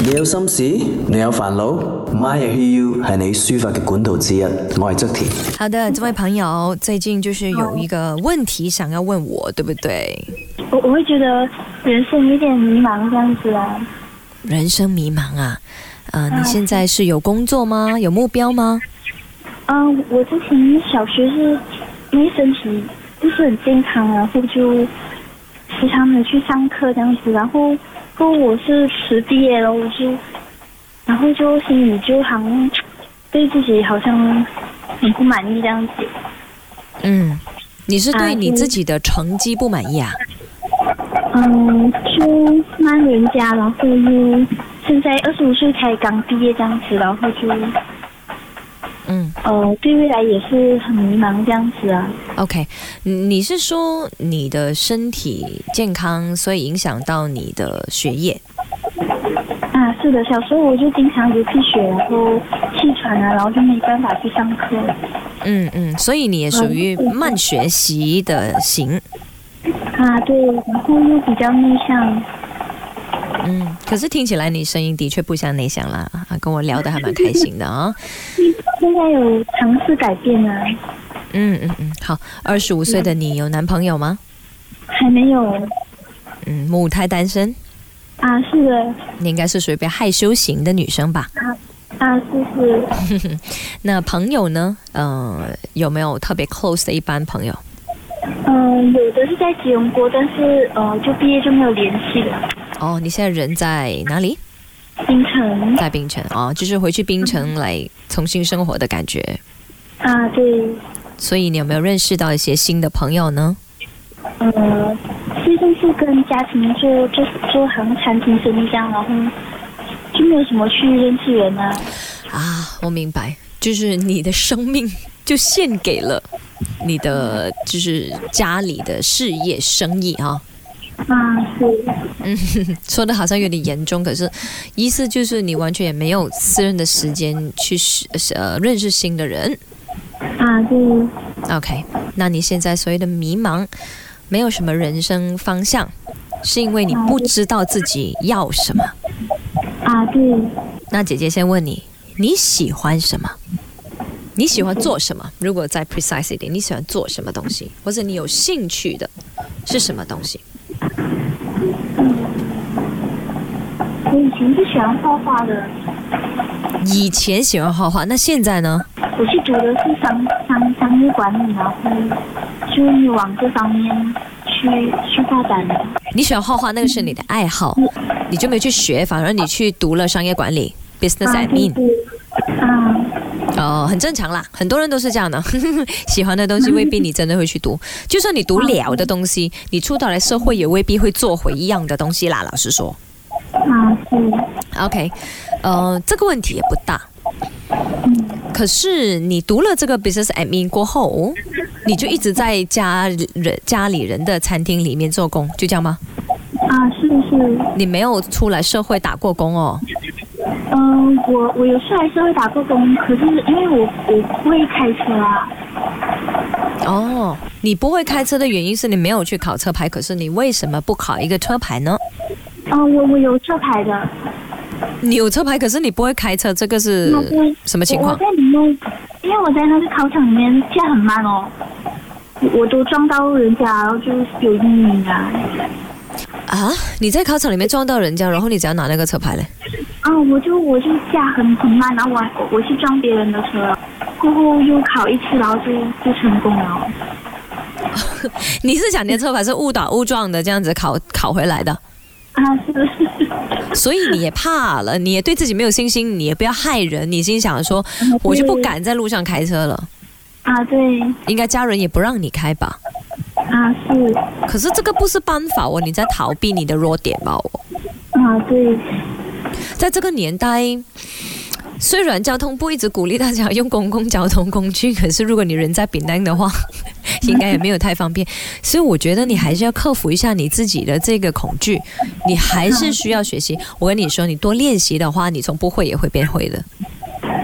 你有心事，你有煩惱，My I Hear You 係你抒發嘅管道之一。我係側田。好的，这位朋友最近就是有一个问题想要问我，对不对？我我会觉得人生有点迷茫这样子啊。人生迷茫啊，呃，你嗯现在是有工作吗？有目标吗？嗯，我之前小学是因为身体不是很健康，啊然后就时常的去上课这样子，然后过后我是迟毕业了，我就然后就心里就好像对自己好像很不满意这样子。嗯，你是对啊你嗯自己的成绩不满意啊？嗯，就骂人家，然后又现在二十五岁才刚毕业这样子，然后就嗯呃对未来也是很迷茫这样子啊。 ，OK，你你是说你的身体健康，所以影响到你的学业？啊，是的，小时候我就经常流鼻血，然后气喘啊，然后就没办法去上课。嗯嗯，所以你也属于慢学习的型。啊，对，然后又比较内向。嗯，可是听起来你声音的确不像内向啦，啊，跟我聊得还蛮开心的啊、现在有尝试改变啊，嗯嗯嗯，好，二十五岁的你有男朋友吗？还没有嗯，母胎单身，啊，是的，你应该是属于比较害羞型的女生吧？啊，是是，那朋友呢？呃，有没有特别 close 的一般朋友？嗯、有的是在吉隆坡，但是呃，就毕业就没有联系了。哦，你现在人在哪里？冰城在槟城哦，就是回去槟城来重新生活的感觉。啊，对，所以你有没有认识到一些新的朋友呢？呃，最近是跟家庭做做做好像餐厅生意这样，然后就没有什么去认识人啊。啊，我明白，就是你的生命就献给了你的就是家里的事业生意啊。啊，是。说的好像有点严重，可是意思就是你完全也没有私人的时间去呃认识新的人。啊，对， OK，那你现在所谓的迷茫，没有什么人生方向，是因为你不知道自己要什么。啊，对，那姐姐先问你，你喜欢什么？你喜欢做什么？如果再 precise 一点，你喜欢做什么东西，或者你有兴趣的是什么东西？我以前是喜欢画画的，以前喜欢画画，那现在呢？我去读的是商商商业管理，然后就没有往这方面去去发展了。你喜欢画画，那个是你的爱好，你就没去学，反而你去读了商业管理 （business 啊，对 admin）。对，啊，哦，很正常啦，很多人都是这样的。 喜欢的东西未必你真的会去读，就算你读了的东西，你出到来社会也未必会做回一样的东西啦。老实说啊，是， ，OK，呃，这个问题也不大。嗯可是你读了这个 business admin 过后，你就一直在家人家里人的餐厅里面做工，就这样吗？啊，是是，你没有出来社会打过工哦。嗯、我我有时候还是会打过工，可是因为我我不会开车啊，哦，你不会开车的原因是你没有去考车牌，可是你为什么不考一个车牌呢？嗯、我我有车牌的，啊，你有车牌，可是你不会开车，这个是对，什么情我我况？在里面，因为我在那个考场里面驾很慢哦，我我都撞到人家，然后就有阴影啊。啊，你在考场里面撞到人家，然后你只要拿那个车牌嘞？ 啊，我就我就驾很很慢，然后我还我我去撞别人的车，过后又考一次，然后就就成功了。你是想你的车牌是误打误撞的这样子考考回来的，啊，是不是？所以你也怕了，你也对自己没有信心，你也不要害人，你心想说，嗯我就不敢在路上开车了，啊，对，应该家人也不让你开吧？啊是，可是这个不是办法哦，你在逃避你的弱点吧？哦。啊对，在这个年代，虽然交通部一直鼓励大家用公共交通工具，可是如果你人在槟榔的话， 应该也没有太方便。所以我觉得你还是要克服一下你自己的这个恐惧，你还是需要学习。我跟你说，你多练习的话，你从不会也会变会的。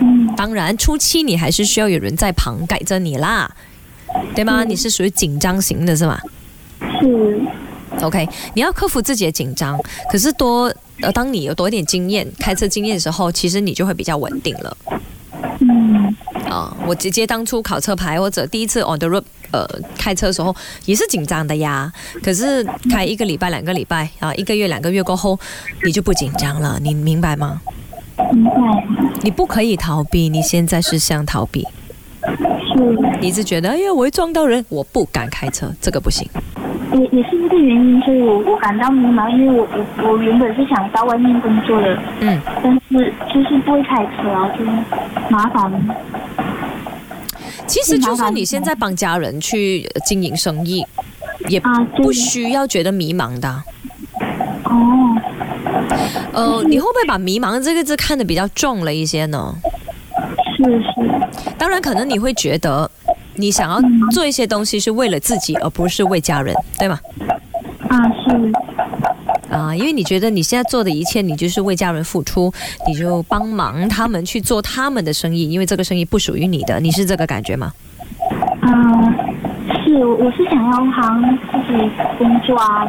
嗯当然，初期你还是需要有人在旁盖着你啦，对吗？你是属于紧张型的是吗？是， OK，你要克服自己的紧张，可是多呃，当你有多一点经验，开车经验的时候，其实你就会比较稳定了。嗯，啊、我姐姐当初考车牌或者第一次 on the road，呃，开车的时候也是紧张的呀。可是开一个礼拜、两个礼拜啊，一个月、两个月过后，你就不紧张了，你明白吗？明白，你不可以逃避，你现在是想逃避，是你一直觉得哎呀我会撞到人，我不敢开车，这个不行。也也是这个原因，所以我我感到迷茫，因为我我我原本是想到外面工作的，嗯，但是就是不会开车啊，就是麻烦，其实就算你现在帮家人去呃经营生意，也啊对不需要觉得迷茫的啊。哦，呃，你会不会把迷茫这个字看得比较重了一些呢？是是，当然，可能你会觉得你想要做一些东西是为了自己，而不是为家人，对吗？啊是，啊、因为你觉得你现在做的一切，你就是为家人付出，你就帮忙他们去做他们的生意，因为这个生意不属于你的，你是这个感觉吗？啊是，我我是想要好像自己工作啊，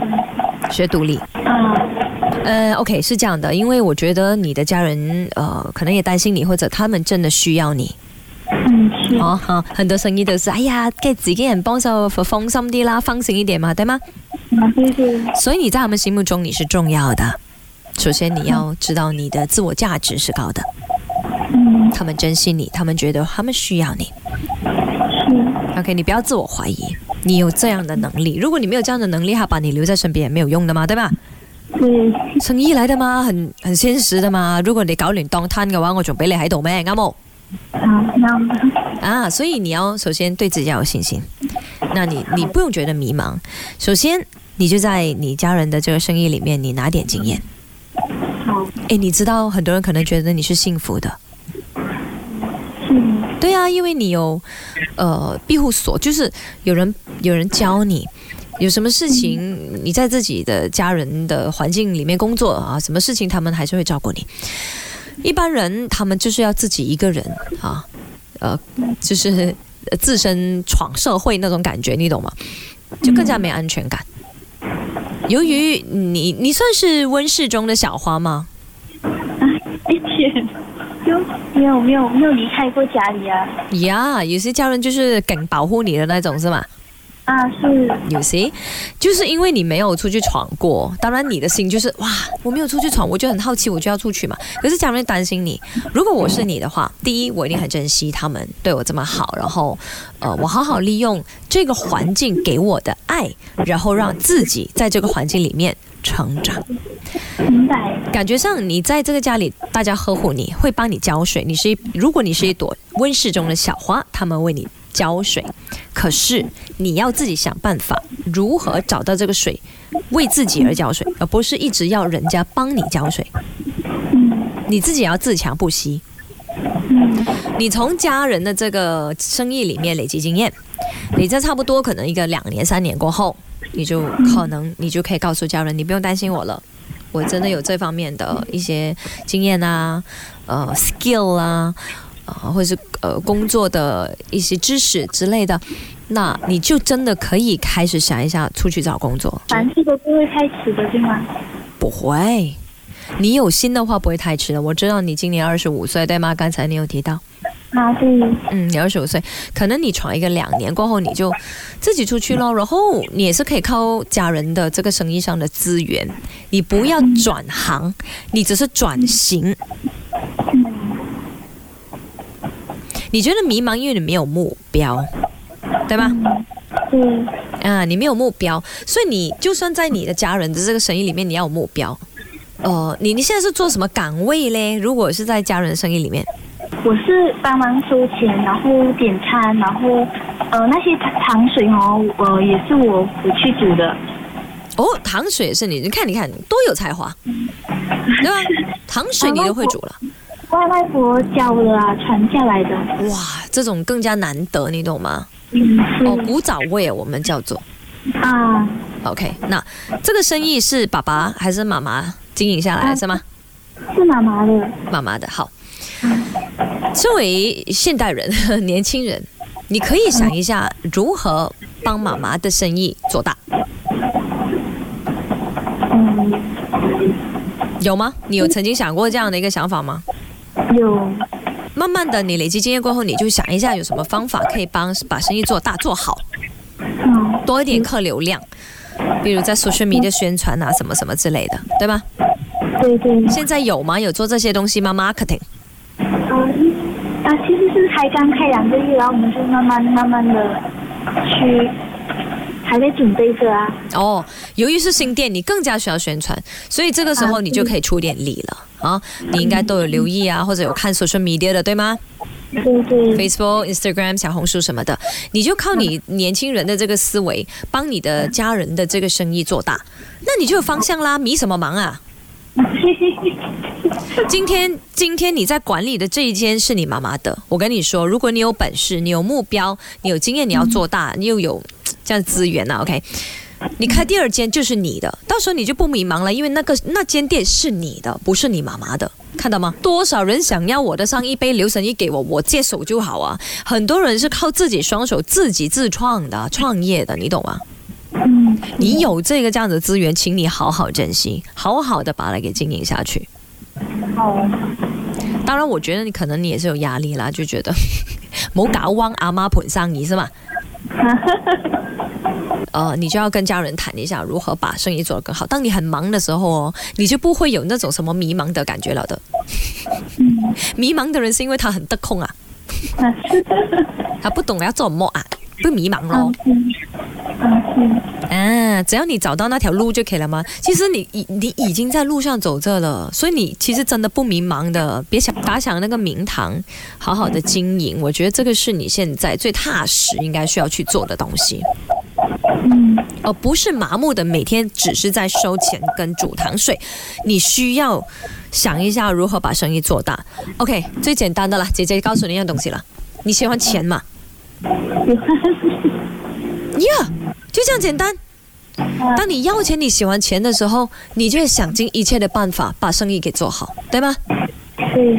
学独立。啊呃，OK，是这样的，因为我觉得你的家人呃，可能也担心你，或者他们真的需要你。嗯 是，哦，哈，很多生意都是，哎呀，给自己人帮手，放心啲啦，放心一点嘛，对吗？啊对对，所以你在他们心目中你是重要的。首先，你要知道你的自我价值是高的，嗯他们珍惜你，他们觉得他们需要你。是。 OK，你不要自我怀疑，你有这样的能力。如果你没有这样的能力，他把你留在身边也没有用的嘛，对吧？对，生意嚟的嘛，很很现实的嘛。如果你搞亂當攤嘅話，我仲俾你喺度咩？啱冇？啊，那啊，所以你要首先对自己要有信心。那你你不用觉得迷茫，首先你就在你家人的这个生意里面，你拿点经验。好，诶，你知道很多人可能觉得你是幸福的，是的，对啊，因为你有呃庇护所，就是有人有人教你。有什么事情，你在自己的家人的环境里面工作啊，什么事情他们还是会照顾你。一般人他们就是要自己一个人啊，呃，就是呃自身闯社会那种感觉，你懂吗？就更加没安全感。由于你你算是温室中的小花吗？一直就没有没有没有离开过家里啊，呀有些家人就是梗保护你的那种是吗？啊是，有些就是因为你没有出去闯过，当然你的心就是哇，我没有出去闯，我就很好奇，我就要出去嘛。可是家人担心你，如果我是你的话，第一我一定很珍惜他们对我这么好，然后呃我好好利用这个环境给我的爱，然后让自己在这个环境里面成长。明白，感觉上你在这个家里，大家呵护你，会帮你浇水。你是一，如果你是一朵温室中的小花，他们为你浇水。可是你要自己想办法，如何找到这个水，为自己而浇水，而不是一直要人家帮你浇水。嗯你自己也要自强不息。嗯你从家人的这个生意里面累积经验，你在差不多可能一个两年三年过后，你就可能你就可以告诉家人，你不用担心我了，我真的有这方面的一些经验啊，呃，skill 啊，呃，或者是呃工作的一些知识之类的，那你就真的可以开始想一下出去找工作。凡事都不会太迟的，对吗？不会，你有心的话不会太迟的。我知道你今年二十五岁，对吗？刚才你有提到。啊对，嗯，你二十五岁，可能你闯一个两年过后，你就自己出去咯，然后你也是可以靠家人的这个生意上的资源，你不要转行，你只是转型。你觉得迷茫，因为你没有目标，对吧？对，啊，你没有目标，所以你就算在你的家人的这个生意里面，你要有目标。呃，你你现在是做什么岗位嘞？如果是在家人的生意里面，我是帮忙收钱，然后点餐，然后呃那些糖水哦，呃也是我我去煮的，哦，糖水也是你，你看，你看，多有才华，对吧？糖水你都会煮了，外外婆教的啊，传下来的，哇，这种更加难得，你懂吗？嗯哦，是古早味我们叫做啊 OK。那这个生意是爸爸还是妈妈经营下来是吗？是妈妈的，妈妈的好。身为现代人、年轻人，你可以想一下如何帮妈妈的生意做大。嗯有吗？你有曾经想过这样的一个想法吗？有慢慢的，你累积经验过后，你就想一下有什么方法可以帮把生意做大做好，嗯多一点客流量，比如在 social media 宣传啊，什么什么之类的，对吧？对对现在有吗？有做这些东西吗？marketing 嗯啊，其实是才刚开两个月，然后我们就慢慢慢慢的去还在准备着啊。哦，由于是新店，你更加需要宣传，所以这个时候你就可以出点力了啊！你应该都有留意啊，或者有看 social media 的，对吗对对？Facebook、Instagram、小红书什么的，你就靠你年轻人的这个思维，帮你的家人的这个生意做大，那你就有方向啦，迷什么忙啊？今天，今天你在管理的这一间是你妈妈的。我跟你说，如果你有本事，你有目标，你有经验，你要做大，你又有嘖这样资源啊，OK？你开第二间就是你的，到时候你就不迷茫了，因为那个那间店是你的，不是你妈妈的，看到吗？多少人想要我的上一杯留神一给我，我接手就好啊。很多人是靠自己双手自己自创的创业的，你懂吗？ 嗯，你有这个这样的资源，请你好好珍惜，好好的把它给经营下去。好，当然，我觉得你可能你也是有压力啦，就觉得 冇搞汪阿妈盘生意是吗？呃，你就要跟家人谈一下如何把生意做得更好。当你很忙的时候哦，你就不会有那种什么迷茫的感觉了的。迷茫的人是因为他很得空啊，那是的，他不懂要做什么啊，不迷茫咯嗯。嗯嗯 啊，只要你找到那条路就可以了吗？其实你已你已经在路上走着了，所以你其实真的不迷茫的。别想打响那个名堂，好好的经营，我觉得这个是你现在最踏实应该需要去做的东西，嗯而不是麻木的每天只是在收钱跟煮糖水。你需要想一下如何把生意做大。OK，最简单的啦，姐姐告诉你一样东西啦，你喜欢钱嘛？嗯，喜欢，呀、就这样简单。当你要钱、你喜欢钱的时候，你就会想尽一切的办法把生意给做好，对吗？对，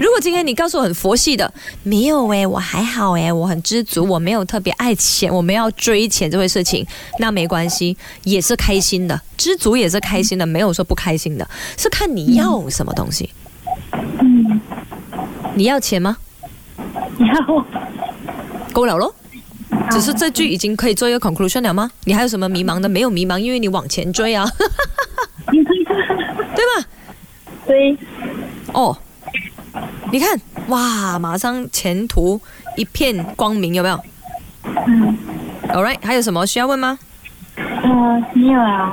如果今天你告诉我很佛系的，没有诶、我还好诶、我很知足，我没有特别爱钱，我没有要追钱这回事情，那没关系，也是开心的，知足也是开心的，没有说不开心的，是看你要什么东西。嗯，你要钱吗？然后够了咯。只是这句已经可以做一个 conclusion 了吗？你还有什么迷茫的？没有迷茫，因为你往前追啊，嗯对吧？对，哦，你看，哇，马上前途一片光明，有没有嗯？All right，还有什么需要问吗呃，没有啊，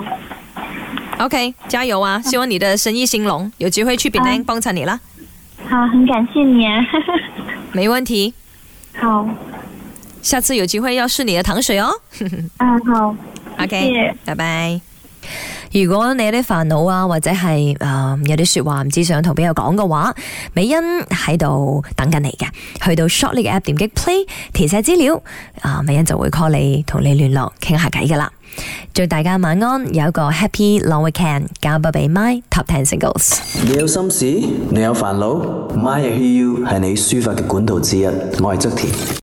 ？OK，加油啊！希望你的生意兴隆，有机会去槟嗯南帮衬你啦，好，很感谢你啊， 没问题。好，下次有机会要试你的糖水哦。啊好，谢 OK，谢拜拜。如果你有啲煩惱啊，或者係誒、呃有啲説話唔知想同邊個講嘅話，美欣喺度等緊你嘅。去到 Short 呢個 app 點擊 Play 填寫資料，啊、美欣就會 call 你同你聯絡傾下偈噶啦。祝大家晚安，有一個 Happy Long Weekend，交筆俾 My Top Ten Singles。你有心事，你有煩惱，My I Hear You 係你抒發嘅管道之一。我係側田。